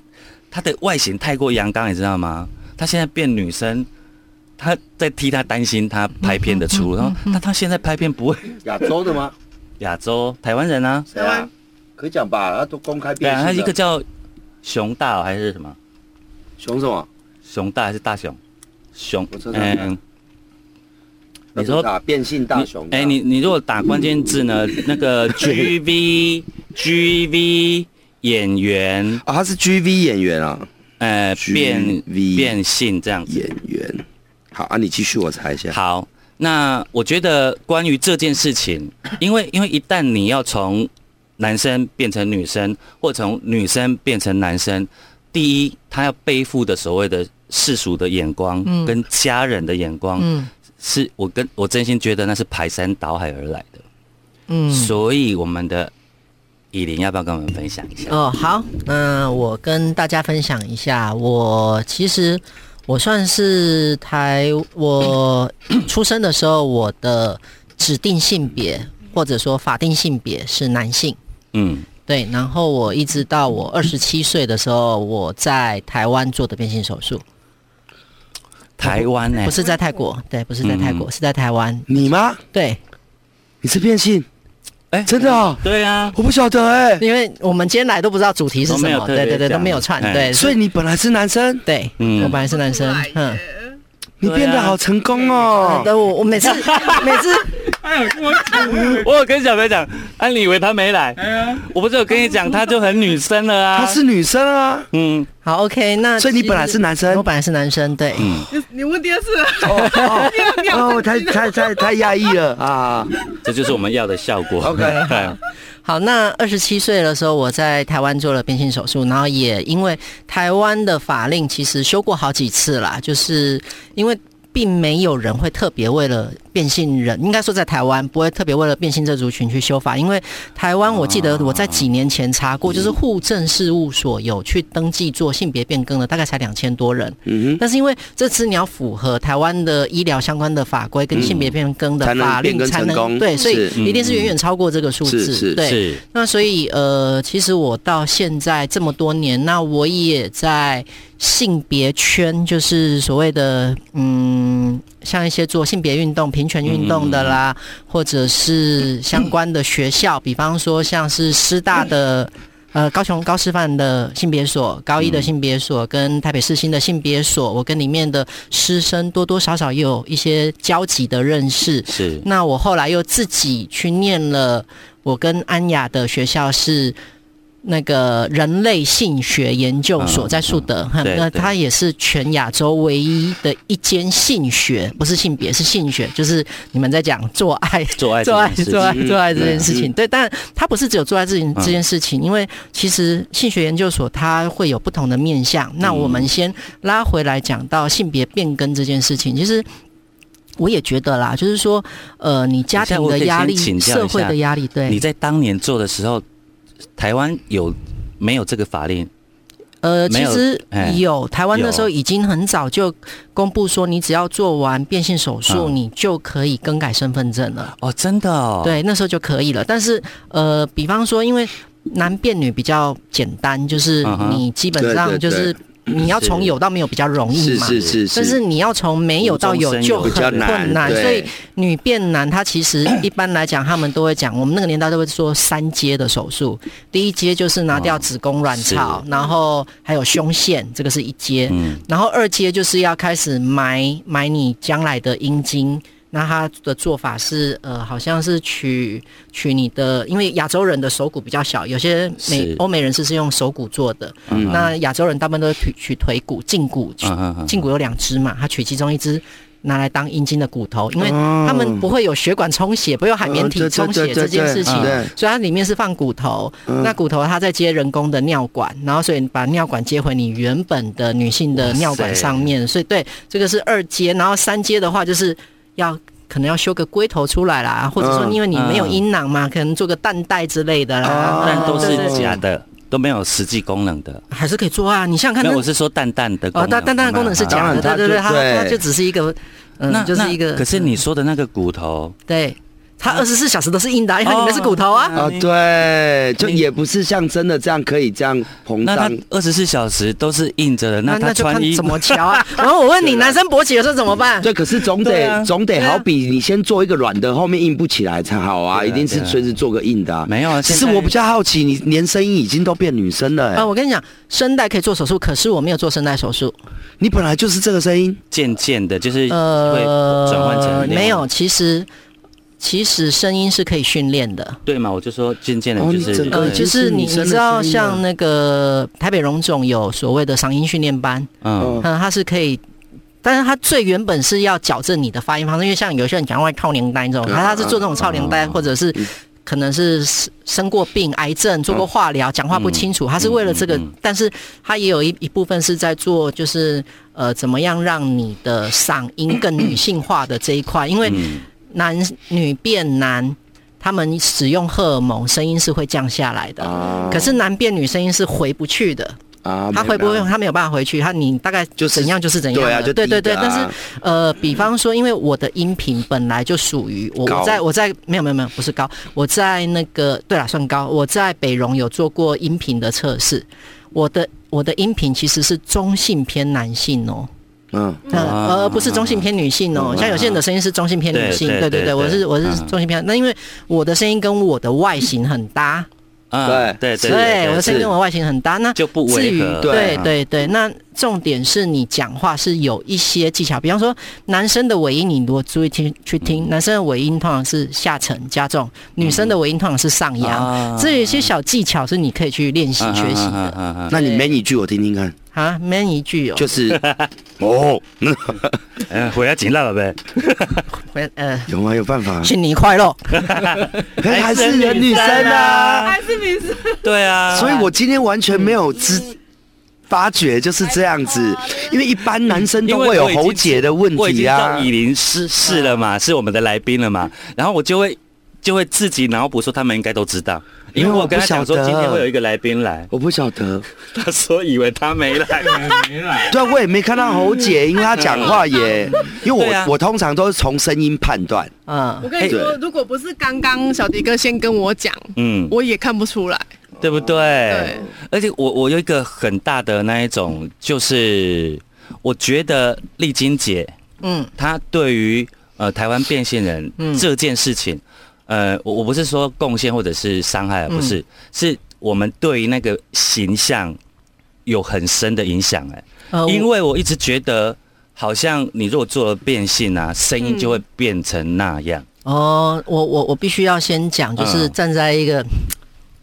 [SPEAKER 2] 他的外形太过阳刚，你知道吗？他现在变女生。”他在替他担心他拍片的出路，然后但他现在拍片不会
[SPEAKER 4] 亚洲的吗？
[SPEAKER 2] 亚洲台湾人啊，
[SPEAKER 4] 谁啊？可以讲吧，他都公开
[SPEAKER 2] 对
[SPEAKER 4] 变
[SPEAKER 2] 啊，他
[SPEAKER 4] 性
[SPEAKER 2] 一个
[SPEAKER 4] 了。
[SPEAKER 2] 叫熊大、哦、还是什么
[SPEAKER 4] 熊什么？
[SPEAKER 2] 熊大还是大熊熊
[SPEAKER 4] 我知道
[SPEAKER 2] 嗯，你说
[SPEAKER 4] 打啊变性大熊
[SPEAKER 2] 你哎、你你如果打关键字 呢，那个 G V G V 演员，
[SPEAKER 4] 啊，他是 GV 演员啊，
[SPEAKER 2] 呃，变
[SPEAKER 4] GV
[SPEAKER 2] 变性这样子。
[SPEAKER 4] 演员。好啊，你继续，我查一下。
[SPEAKER 2] 好，那我觉得关于这件事情， 因为因为一旦你要从男生变成女生，或从女生变成男生，第一，他要背负的所谓的世俗的眼光，
[SPEAKER 7] 嗯
[SPEAKER 2] 跟家人的眼光，
[SPEAKER 7] 嗯
[SPEAKER 2] 是我跟我真心觉得那是排山倒海而来的。
[SPEAKER 7] 嗯
[SPEAKER 2] 所以我们的以琳要不要跟我们分享一下？
[SPEAKER 7] 哦，好，那我跟大家分享一下，我其实我算是台，我出生的时候我的指定性别或者说法定性别是男性，
[SPEAKER 2] 嗯，
[SPEAKER 7] 对，然后我一直到我二十七岁的时候，我在台湾做的变性手术，
[SPEAKER 2] 台湾呢、
[SPEAKER 7] 不是在泰国，对，不是在泰国，是在台湾，
[SPEAKER 4] 你吗？
[SPEAKER 7] 对，
[SPEAKER 4] 你是变性？
[SPEAKER 2] 哎
[SPEAKER 4] 真的哦，
[SPEAKER 2] 对啊，
[SPEAKER 4] 我不晓得哎、
[SPEAKER 7] 因为我们今天来都不知道主题是
[SPEAKER 2] 都
[SPEAKER 7] 什
[SPEAKER 2] 没有
[SPEAKER 7] 么，
[SPEAKER 2] 特别
[SPEAKER 7] 对对对，
[SPEAKER 2] 讲
[SPEAKER 7] 都没有串，
[SPEAKER 2] 哎
[SPEAKER 7] 对，
[SPEAKER 4] 所以你本来是男生，
[SPEAKER 7] 对，
[SPEAKER 2] 嗯
[SPEAKER 7] 我本来是男生，嗯。
[SPEAKER 2] 啊
[SPEAKER 4] 你变得好成功哦。
[SPEAKER 7] 但我我每次每次
[SPEAKER 2] 我有跟小飞讲，安以为他没来，我不是有跟你讲，他就很女生了啊。
[SPEAKER 4] 她是女生 啊，
[SPEAKER 2] 嗯，
[SPEAKER 7] 好 OK，那
[SPEAKER 4] 所以你
[SPEAKER 7] 其实
[SPEAKER 4] 本来是男生
[SPEAKER 7] 我本来是男生，对，
[SPEAKER 3] 你你问第二次了，
[SPEAKER 2] 哦
[SPEAKER 4] 哦，太太太太压抑了啊！
[SPEAKER 2] 这就是我们要的效果。 哎
[SPEAKER 4] OK
[SPEAKER 2] 对
[SPEAKER 7] 好，那二十七岁的时候我在台湾做了变性手术，然后也因为台湾的法令其实修过好几次啦，就是因为。并没有人会特别为了变性人，应该说在台湾不会特别为了变性这族群去修法，因为台湾我记得我在几年前查
[SPEAKER 4] 嗯
[SPEAKER 7] 过，就是户政事务所有去登记做性别变更的，大概才两千多人。
[SPEAKER 4] 嗯
[SPEAKER 7] 但是因为这次你要符合台湾的医疗相关的法规跟性别变更
[SPEAKER 4] 嗯
[SPEAKER 7] 的
[SPEAKER 4] 才能
[SPEAKER 7] 法
[SPEAKER 4] 变
[SPEAKER 7] 令
[SPEAKER 4] 更
[SPEAKER 7] 才
[SPEAKER 4] 成
[SPEAKER 7] 能
[SPEAKER 4] 功
[SPEAKER 7] 对，所以
[SPEAKER 4] 是
[SPEAKER 7] 一定是远远超过这个数
[SPEAKER 4] 是是
[SPEAKER 7] 字。对，
[SPEAKER 2] 是
[SPEAKER 7] 那所以呃，其实我到现在这么多年，那我也在性别圈，就是所谓的嗯，像一些做性别运动、平权运动的啦，或者是相关的学校，比方说像是师大的。呃，高雄高师范的性别所、高一的性别所跟台北市新的性别所，我跟里面的师生多多少少也有一些交集的认识。
[SPEAKER 2] 是，
[SPEAKER 7] 那我后来又自己去念了，我跟安雅的学校是那个人类性学研究所，
[SPEAKER 2] 嗯
[SPEAKER 7] 在树德。哈
[SPEAKER 2] 对
[SPEAKER 7] 那
[SPEAKER 2] 对
[SPEAKER 7] 它也是全亚洲唯一的一间性学，不是性别，是性学，就是你们在讲做爱
[SPEAKER 2] 做爱
[SPEAKER 7] 做爱、
[SPEAKER 2] 这件事情
[SPEAKER 7] 做爱、
[SPEAKER 4] 嗯
[SPEAKER 7] 做爱这件事情。对，但它不是只有做爱这件
[SPEAKER 2] 嗯
[SPEAKER 7] 这件事情，因为其实性学研究所它会有不同的面向。那我
[SPEAKER 2] 嗯
[SPEAKER 7] 们先拉回来讲到性别变更这件事情，其实。我也觉得啦，就是说，呃，你家
[SPEAKER 2] 等一下
[SPEAKER 7] 庭
[SPEAKER 2] 我可
[SPEAKER 7] 的
[SPEAKER 2] 以
[SPEAKER 7] 压力、
[SPEAKER 2] 先请教一下
[SPEAKER 7] 社会的压力，
[SPEAKER 2] 你
[SPEAKER 7] 对，
[SPEAKER 2] 在当年做的时候，台湾有没有这个法令？
[SPEAKER 7] 呃，
[SPEAKER 2] 没
[SPEAKER 7] 其
[SPEAKER 2] 有
[SPEAKER 7] 实
[SPEAKER 2] 哎
[SPEAKER 7] 有台湾那时候
[SPEAKER 2] 有
[SPEAKER 7] 已经很早就公布说，你只要做完变性手术，
[SPEAKER 2] 嗯
[SPEAKER 7] 你就可以更改身份证了。
[SPEAKER 2] 哦，真的哦。，
[SPEAKER 7] 对，那时候就可以了。但是呃，比方说，因为男变女比较简单，就是
[SPEAKER 2] 嗯哼
[SPEAKER 7] 你基本
[SPEAKER 4] 对
[SPEAKER 7] 上
[SPEAKER 4] 对
[SPEAKER 7] 就是你要从
[SPEAKER 2] 是
[SPEAKER 7] 有到没有比较容
[SPEAKER 4] 哼，
[SPEAKER 7] 易
[SPEAKER 4] 是
[SPEAKER 7] 嘛。
[SPEAKER 4] 是是是，
[SPEAKER 7] 但是你要从没有到有就
[SPEAKER 2] 无
[SPEAKER 7] 很
[SPEAKER 4] 比
[SPEAKER 2] 中
[SPEAKER 4] 较
[SPEAKER 2] 生有
[SPEAKER 7] 困
[SPEAKER 4] 难，
[SPEAKER 7] 难，
[SPEAKER 4] 对
[SPEAKER 7] 所以女变男，它其实一般来讲，他们都会讲，我们那个年代都会说三阶的手术，第一阶就是拿掉
[SPEAKER 2] 哦
[SPEAKER 7] 子宫、卵巢，然后还有胸腺，这个是一阶，
[SPEAKER 2] 嗯，
[SPEAKER 7] 然后二阶就是要开始埋埋你将来的阴茎。那他的做法是，呃，好像是取取你的，因为亚洲人的手骨比较小，有些美
[SPEAKER 2] 是
[SPEAKER 7] 欧美人士是用手骨做的，
[SPEAKER 2] 嗯哼
[SPEAKER 7] 那亚洲人大部分都是取取腿骨、胫骨、取
[SPEAKER 2] 嗯嗯嗯
[SPEAKER 7] 胫骨有两只嘛，他取其中一只拿来当阴茎的骨头，因为他们不会有血管充血，不会有海绵体
[SPEAKER 4] 哦对对
[SPEAKER 7] 充血
[SPEAKER 4] 哦对对
[SPEAKER 7] 这件事情
[SPEAKER 4] 对嗯对，
[SPEAKER 7] 所以它里面是放骨头，那骨头它再接人工的尿管，然后所以你把尿管接回你原本的女性的尿管上面，所以对这个是二阶，然后三阶的话就是要。可能要修个龟头出来啦，或者说
[SPEAKER 4] 嗯
[SPEAKER 7] 因为你没有
[SPEAKER 2] 嗯
[SPEAKER 7] 阴囊嘛，可能做个蛋带之类的啦
[SPEAKER 4] 哦，
[SPEAKER 2] 但都
[SPEAKER 7] 对对哦对
[SPEAKER 2] 是假的，都没有实际功能的。
[SPEAKER 7] 还是可以做啊。你想想看，
[SPEAKER 2] 那
[SPEAKER 7] 那
[SPEAKER 2] 我是说蛋蛋的功
[SPEAKER 7] 哦，
[SPEAKER 2] 能。
[SPEAKER 7] 但但它的功能是
[SPEAKER 4] 当
[SPEAKER 7] 假
[SPEAKER 4] 然
[SPEAKER 7] 的，
[SPEAKER 4] 它
[SPEAKER 7] 对对
[SPEAKER 4] 就
[SPEAKER 7] 对，它它
[SPEAKER 4] 对
[SPEAKER 7] 就只是一个，
[SPEAKER 2] 那
[SPEAKER 7] 嗯，就是一个。
[SPEAKER 2] 可是你说的那个骨头，
[SPEAKER 7] 对，它二十四小时都是硬的啊，因为里面是骨头
[SPEAKER 2] 哦
[SPEAKER 7] 啊。
[SPEAKER 4] 啊，
[SPEAKER 2] 嗯
[SPEAKER 4] 对，就也不是像真的这样可以这样膨
[SPEAKER 2] 那
[SPEAKER 4] 胀
[SPEAKER 2] 它。二十四小时都是硬着的，
[SPEAKER 7] 那
[SPEAKER 2] 他
[SPEAKER 7] 就
[SPEAKER 2] 穿
[SPEAKER 7] 看
[SPEAKER 2] 衣
[SPEAKER 7] 怎么瞧啊。 然后我问你，男生勃起的时候怎么办？
[SPEAKER 4] 对，可是总
[SPEAKER 2] 对
[SPEAKER 4] 得、
[SPEAKER 2] 啊
[SPEAKER 4] 总得
[SPEAKER 7] 对啊
[SPEAKER 4] 好比你先做一个软的，后面硬不起来才好啊，
[SPEAKER 2] 对啊
[SPEAKER 4] 一定是
[SPEAKER 2] 对啊
[SPEAKER 4] 随时做个硬的、啊。
[SPEAKER 2] 没有啊？
[SPEAKER 4] 只
[SPEAKER 2] 现
[SPEAKER 4] 是
[SPEAKER 2] 在哦
[SPEAKER 4] 我比较好奇，你连声音已经都变女生了、欸
[SPEAKER 7] 啊，我跟你讲，声带可以做手术，可是我没有做声带手术。
[SPEAKER 4] 你本来就是这个声音，
[SPEAKER 2] 渐渐的，就是会
[SPEAKER 7] 呃，
[SPEAKER 2] 转换成另外
[SPEAKER 7] 没有，其实其实声音是可以训练的。
[SPEAKER 2] 对嘛？我就说渐渐的，
[SPEAKER 4] 哦
[SPEAKER 2] 就
[SPEAKER 4] 你
[SPEAKER 2] 是嗯
[SPEAKER 4] 整个
[SPEAKER 7] 呃，
[SPEAKER 4] 对
[SPEAKER 7] 就
[SPEAKER 4] 这是
[SPEAKER 7] 是你
[SPEAKER 4] 女生的
[SPEAKER 7] 你知道，
[SPEAKER 4] 声音啊
[SPEAKER 7] 像那个台北荣总有所谓的嗓音训练班，
[SPEAKER 2] 嗯，
[SPEAKER 4] 哦
[SPEAKER 7] 嗯，它是可以，但是它最原本是要矫正你的发音方式，因为像有些人讲话靠年单这种，
[SPEAKER 4] 嗯
[SPEAKER 2] 啊
[SPEAKER 7] 他他是做这种超年
[SPEAKER 2] 嗯
[SPEAKER 7] 单，或者是可能是生生过病、癌症、做过化疗，讲话不清楚，他是为了这个，
[SPEAKER 2] 嗯嗯嗯
[SPEAKER 7] 但是他也有一一部分是在做，就是呃，怎么样让你的嗓音更女性化的这一块，因为
[SPEAKER 2] 嗯
[SPEAKER 7] 男女变男。他们使用荷尔蒙，声音是会降下来的。
[SPEAKER 4] 啊
[SPEAKER 7] 可是男变女声音是回不去的，
[SPEAKER 4] 啊，
[SPEAKER 7] 他
[SPEAKER 4] 没
[SPEAKER 7] 回不
[SPEAKER 4] 办
[SPEAKER 7] 会，
[SPEAKER 4] 法
[SPEAKER 7] 他没有办法回去，他你大概
[SPEAKER 4] 就是
[SPEAKER 7] 怎样就是怎样了。
[SPEAKER 4] 对啊就
[SPEAKER 7] 对对
[SPEAKER 4] 低
[SPEAKER 7] 对。
[SPEAKER 4] 的啊
[SPEAKER 7] 但是呃，比方说，因为我的音频本来就属于我，
[SPEAKER 4] 高
[SPEAKER 7] 我在我在没有没有没有不是高，我在那个对啦算高，我在北荣有做过音频的测试，我的我的音频其实是中性偏男性哦、
[SPEAKER 4] 嗯，
[SPEAKER 7] 那
[SPEAKER 2] 啊
[SPEAKER 7] 而不是中性偏女性哦，像有些人的声音是中性偏女性，
[SPEAKER 2] 对对
[SPEAKER 7] 对对
[SPEAKER 2] 对
[SPEAKER 7] 对，我是
[SPEAKER 2] 对
[SPEAKER 7] 我是
[SPEAKER 2] 嗯
[SPEAKER 7] 中性偏，那因为我的声音跟我的外形很搭，
[SPEAKER 2] 嗯，对对
[SPEAKER 7] 对，我的声音
[SPEAKER 2] 是
[SPEAKER 7] 跟我外形很搭，那
[SPEAKER 2] 就不
[SPEAKER 7] 至
[SPEAKER 2] 违
[SPEAKER 7] 于
[SPEAKER 2] 和，
[SPEAKER 7] 对
[SPEAKER 2] 嗯
[SPEAKER 7] 对对，那重点是你讲话是有一些技巧，比方说男生的尾音，你如果注意听去
[SPEAKER 2] 嗯
[SPEAKER 7] 听，男生的尾音通常是下沉加重，女生的尾音通常是上扬。
[SPEAKER 2] 啊
[SPEAKER 7] 这有一些小技巧是你可以去练习学习
[SPEAKER 2] 嗯嗯
[SPEAKER 7] 的
[SPEAKER 2] 嗯嗯嗯
[SPEAKER 4] 那你 man 一句我听听看，
[SPEAKER 7] 啊。man 一句哦，
[SPEAKER 4] 就是 哦， 嗯
[SPEAKER 2] 嗯，回来紧了呗，
[SPEAKER 7] 回呃，
[SPEAKER 4] 有吗？有办法？
[SPEAKER 7] 新年快乐。
[SPEAKER 4] 哎还是人女生啊，
[SPEAKER 3] 还是你是
[SPEAKER 2] 对啊，
[SPEAKER 4] 所以我今天完全没有知发觉就是这样子，因为一般男生
[SPEAKER 2] 哎因
[SPEAKER 4] 都
[SPEAKER 2] 为
[SPEAKER 4] 会有
[SPEAKER 2] 我已经
[SPEAKER 4] 喉结的问
[SPEAKER 2] 我已
[SPEAKER 4] 题
[SPEAKER 2] 经
[SPEAKER 4] 啊
[SPEAKER 2] 到。以琳试试了嘛，是我们的来宾了嘛，然后我就会就会自己脑补说他们应该都知道，因为
[SPEAKER 4] 没有
[SPEAKER 2] 我跟他讲说
[SPEAKER 4] 我不晓得
[SPEAKER 2] 今天会有一个来宾来，
[SPEAKER 4] 我不晓得，
[SPEAKER 2] 他说以为他没来，
[SPEAKER 4] 对啊，我也没看到喉结，因为他讲话 也，因为
[SPEAKER 2] 对
[SPEAKER 4] 我、
[SPEAKER 2] 啊
[SPEAKER 4] 我通常都是从声音判断，
[SPEAKER 7] 嗯
[SPEAKER 3] 我，跟你说，如果不是刚刚小迪哥先跟我讲，
[SPEAKER 2] 嗯，
[SPEAKER 3] 我也看不出来。
[SPEAKER 2] 对不对？
[SPEAKER 7] 哎
[SPEAKER 3] 对，
[SPEAKER 2] 而且我我有一个很大的那一种，就是我觉得丽晶姐
[SPEAKER 7] 嗯，
[SPEAKER 2] 她对于呃台湾变性人
[SPEAKER 7] 嗯
[SPEAKER 2] 这件事情，呃，我我不是说贡献或者是伤害，啊不
[SPEAKER 7] 嗯
[SPEAKER 2] 是，是我们对于那个形象有很深的影响，哎，
[SPEAKER 7] 呃
[SPEAKER 2] 因
[SPEAKER 7] 我
[SPEAKER 2] 为我一直觉得。好像你如果做了变性啊，声音就会
[SPEAKER 7] 嗯
[SPEAKER 2] 变成那样。
[SPEAKER 7] 哦，我我我必须要先讲，就是
[SPEAKER 2] 嗯
[SPEAKER 7] 站在一个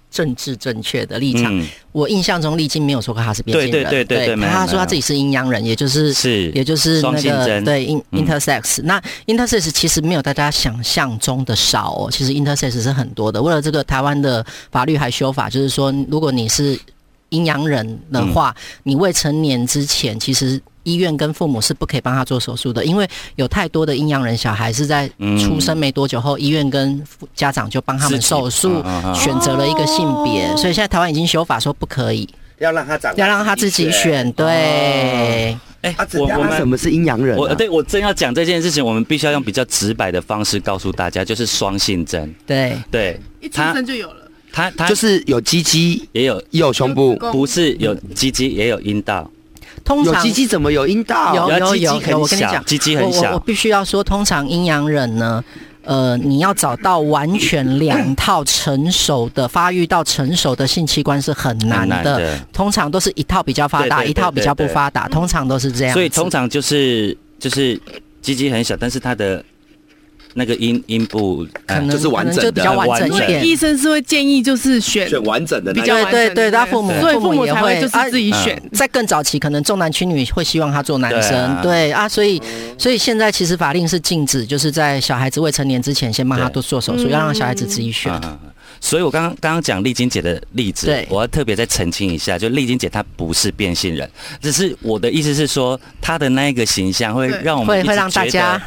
[SPEAKER 7] 政治正确的立场，
[SPEAKER 2] 嗯，
[SPEAKER 7] 我印象中，丽晶没有说过她是变性人，
[SPEAKER 2] 对对对对对没有
[SPEAKER 7] 她
[SPEAKER 2] 没有
[SPEAKER 7] 说她自己是阴阳人，也就是
[SPEAKER 2] 是
[SPEAKER 7] 也就是那
[SPEAKER 2] 双性
[SPEAKER 7] 个
[SPEAKER 2] 征
[SPEAKER 7] 对 in
[SPEAKER 2] 嗯
[SPEAKER 7] intersex、那 intersex 其实没有大家想象中的少哦，其实 intersex 是很多的。为了这个，台湾的法律还修法，就是说，如果你是阴阳人的话，
[SPEAKER 2] 嗯
[SPEAKER 7] 你未成年之前，其实。医院跟父母是不可以帮他做手术的，因为有太多的阴阳人小孩是在
[SPEAKER 2] 嗯
[SPEAKER 7] 出生没多久后，医院跟父家长就帮他们
[SPEAKER 2] 自己
[SPEAKER 7] 手术，
[SPEAKER 2] 啊啊啊
[SPEAKER 7] 选择了一个性别，所以现在台湾已经修法说不可以。
[SPEAKER 2] 哦
[SPEAKER 4] 要让他长，
[SPEAKER 7] 要让他自己。选，对，
[SPEAKER 2] 哎、
[SPEAKER 4] 啊，怎
[SPEAKER 2] 我我
[SPEAKER 4] 样？他
[SPEAKER 2] 们
[SPEAKER 4] 什么是阴阳人、啊？
[SPEAKER 2] 我对我正要讲这件事情，我们必须要用比较直白的方式告诉大家，就是双性征。
[SPEAKER 7] 对，
[SPEAKER 2] 对
[SPEAKER 3] 一出
[SPEAKER 2] 他
[SPEAKER 3] 生就有了，
[SPEAKER 2] 他他
[SPEAKER 4] 就是有鸡鸡，
[SPEAKER 2] 也有，
[SPEAKER 4] 也有胸部，
[SPEAKER 3] 公
[SPEAKER 2] 不是有鸡鸡也有阴道，
[SPEAKER 7] 通
[SPEAKER 4] 有
[SPEAKER 7] 常
[SPEAKER 4] 鸡鸡怎么有阴道？
[SPEAKER 7] 有
[SPEAKER 2] 然后
[SPEAKER 7] 有
[SPEAKER 2] 鸡鸡
[SPEAKER 7] 有
[SPEAKER 2] 很
[SPEAKER 7] 有，我跟你
[SPEAKER 2] 小
[SPEAKER 7] 讲，
[SPEAKER 2] 鸡鸡很
[SPEAKER 7] 我我
[SPEAKER 2] 小
[SPEAKER 7] 我必须要说，通常阴阳人呢。呃，你要找到完全两套成熟的、发育到成熟的性器官是很难
[SPEAKER 2] 很难
[SPEAKER 7] 的，
[SPEAKER 2] 的
[SPEAKER 7] 通常都是一套比较发达，
[SPEAKER 2] 对对对
[SPEAKER 7] 一套比较不
[SPEAKER 2] 对对
[SPEAKER 7] 发达，通常都是这样子。
[SPEAKER 2] 所以通常就是就是鸡鸡很小，但是它的那个阴阴部呃
[SPEAKER 7] 可能
[SPEAKER 4] 就是完整的
[SPEAKER 7] 可能就比较完
[SPEAKER 2] 对
[SPEAKER 7] 整一
[SPEAKER 3] 因为
[SPEAKER 7] 点
[SPEAKER 3] 医。生是会建议就是选
[SPEAKER 4] 完整的
[SPEAKER 3] 比较完整的
[SPEAKER 7] 对对对他父母
[SPEAKER 3] 所以
[SPEAKER 7] 父
[SPEAKER 3] 父
[SPEAKER 7] 母
[SPEAKER 3] 母
[SPEAKER 7] 也
[SPEAKER 3] 才
[SPEAKER 7] 会
[SPEAKER 3] 会就
[SPEAKER 7] 啊
[SPEAKER 3] 是自己选。
[SPEAKER 7] 在更早期，可能重男轻女会希望他做男生，
[SPEAKER 2] 对啊
[SPEAKER 7] 对啊，所以所以现在其实法令是禁止，就是在小孩子未成年之前，先帮他
[SPEAKER 2] 对
[SPEAKER 7] 做做手术，要让小孩子自己选。
[SPEAKER 2] 啊啊啊所以我刚刚刚刚讲丽晶姐的例子
[SPEAKER 7] 对，
[SPEAKER 2] 我要特别再澄清一下，就丽晶姐她不是变性人，只是我的意思是说，她的那一个形象会
[SPEAKER 3] 对
[SPEAKER 2] 让我们
[SPEAKER 7] 会
[SPEAKER 2] 一直
[SPEAKER 7] 会让大
[SPEAKER 2] 觉得
[SPEAKER 7] 家
[SPEAKER 2] 哎，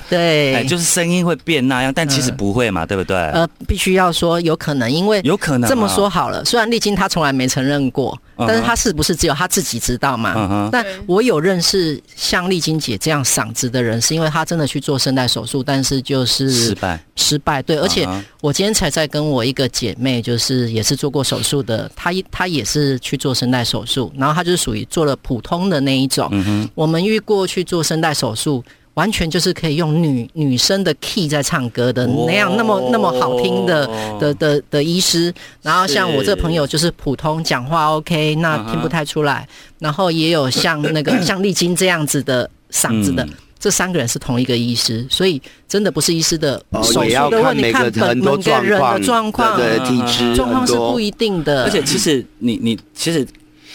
[SPEAKER 7] 对，
[SPEAKER 2] 就是声音会变那样，但其实
[SPEAKER 7] 嗯
[SPEAKER 2] 不会嘛，对不对？
[SPEAKER 7] 呃，必须要说有可能，因为
[SPEAKER 2] 哎有可能
[SPEAKER 7] 这么
[SPEAKER 2] 啊
[SPEAKER 7] 说好了。虽然丽晶她从来没承认过，
[SPEAKER 2] 嗯哼
[SPEAKER 7] 但是她是不是只有她自己知道
[SPEAKER 2] 嗯
[SPEAKER 7] 嘛
[SPEAKER 2] 哼？
[SPEAKER 7] 那
[SPEAKER 3] 对
[SPEAKER 7] 我有认识像丽晶姐这样嗓子的人，是因为她真的去做声带手术，但是就是
[SPEAKER 2] 失败，
[SPEAKER 7] 失败，对，而且
[SPEAKER 2] 嗯哼
[SPEAKER 7] 我今天才在跟我一个姐妹，就是也是做过手术的，她一她也是去做声带手术，然后她就是属于做了普通的那一种。
[SPEAKER 2] 嗯哼。
[SPEAKER 7] 我们遇过去做声带手术，完全就是可以用女女生的 key 在唱歌的那样，
[SPEAKER 2] 哦
[SPEAKER 7] 那么那么好听的的的的医师。然后像我这朋友就是普通讲话 OK，那
[SPEAKER 2] 嗯哼
[SPEAKER 7] 听不太出来。然后也有像 那个像丽晶这样子的嗓子的。
[SPEAKER 2] 嗯
[SPEAKER 7] 这三个人是同一个医师，所以真的不是医师的
[SPEAKER 4] 哦
[SPEAKER 7] 手
[SPEAKER 4] 也要
[SPEAKER 7] 术的问
[SPEAKER 4] 看
[SPEAKER 7] 题，
[SPEAKER 4] 每
[SPEAKER 7] 看
[SPEAKER 4] 个
[SPEAKER 7] 本
[SPEAKER 4] 很多
[SPEAKER 7] 每个
[SPEAKER 4] 状
[SPEAKER 7] 人
[SPEAKER 4] 况
[SPEAKER 7] 的状况，
[SPEAKER 4] 对
[SPEAKER 2] 嗯
[SPEAKER 4] 对体质
[SPEAKER 7] 状况
[SPEAKER 4] 很
[SPEAKER 7] 是不
[SPEAKER 4] 多。
[SPEAKER 7] 一定的。
[SPEAKER 2] 而且其实你你其实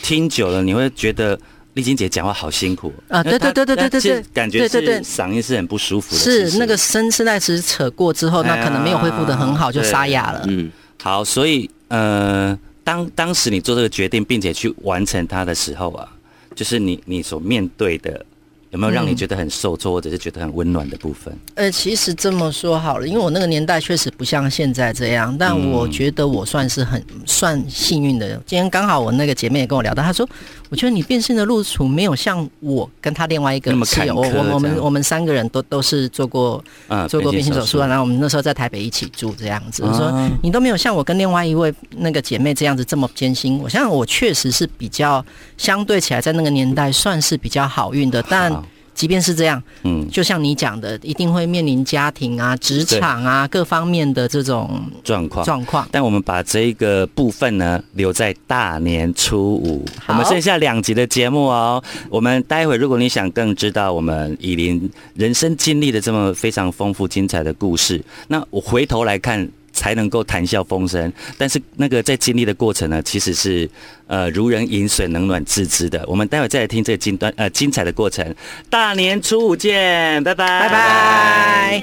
[SPEAKER 2] 听久了，你会觉得丽晶姐讲话好辛苦
[SPEAKER 7] 啊对
[SPEAKER 2] 因为她
[SPEAKER 7] 对对对对
[SPEAKER 2] 她其实
[SPEAKER 7] 对对
[SPEAKER 2] 感觉
[SPEAKER 7] 对对
[SPEAKER 2] 是
[SPEAKER 7] 对
[SPEAKER 2] 嗓音是很不舒服的。其
[SPEAKER 7] 是
[SPEAKER 2] 实
[SPEAKER 7] 那个声声带只扯过之后，那可能没有恢复的很好，就
[SPEAKER 2] 哎呀
[SPEAKER 7] 沙哑了。
[SPEAKER 4] 嗯，
[SPEAKER 2] 好，所以呃，当当时你做这个决定，并且去完成它的时候啊，就是你你所面对的有没有
[SPEAKER 7] 嗯
[SPEAKER 2] 让你觉得很受挫，或者是觉得很温暖的部分？
[SPEAKER 7] 呃，其实这么说好了，因为我那个年代确实不像现在这样，但
[SPEAKER 2] 嗯
[SPEAKER 7] 我觉得我算是很算幸运的。今天刚好我那个姐妹也跟我聊到，她说，我觉得你变性的路途没有像我跟她另外一个
[SPEAKER 2] 那么
[SPEAKER 7] 室友，我
[SPEAKER 2] 坎坷
[SPEAKER 7] 我我
[SPEAKER 2] 这样
[SPEAKER 7] 们我们三个人都都是做过
[SPEAKER 2] 啊
[SPEAKER 7] 做过变性手术啊，
[SPEAKER 2] 了，
[SPEAKER 7] 然后我们那时候在台北一起住这样子。
[SPEAKER 2] 啊
[SPEAKER 7] 我说你都没有像我跟另外一位那个姐妹这样子这么艰辛。我想我确实是比较相对起来，在那个年代算是比较好运的，但
[SPEAKER 2] 好
[SPEAKER 7] 即便是这样，
[SPEAKER 2] 嗯，
[SPEAKER 7] 就像你讲的，一定会面临家庭啊、职场啊各方面的这种
[SPEAKER 2] 状况。
[SPEAKER 7] 状况。
[SPEAKER 2] 但我们把这个部分呢留在大年初五，我
[SPEAKER 7] 好
[SPEAKER 2] 们剩下两集的节目哦。我们待会如果你想更知道我们以琳人生经历的这么非常丰富精彩的故事，那我回头来看。才能够谈笑风生，但是那个在经历的过程呢，其实是呃如人饮水，冷暖自知的。我们待会再来听这个精端呃精彩的过程。大年初五见，拜拜，拜
[SPEAKER 7] 拜。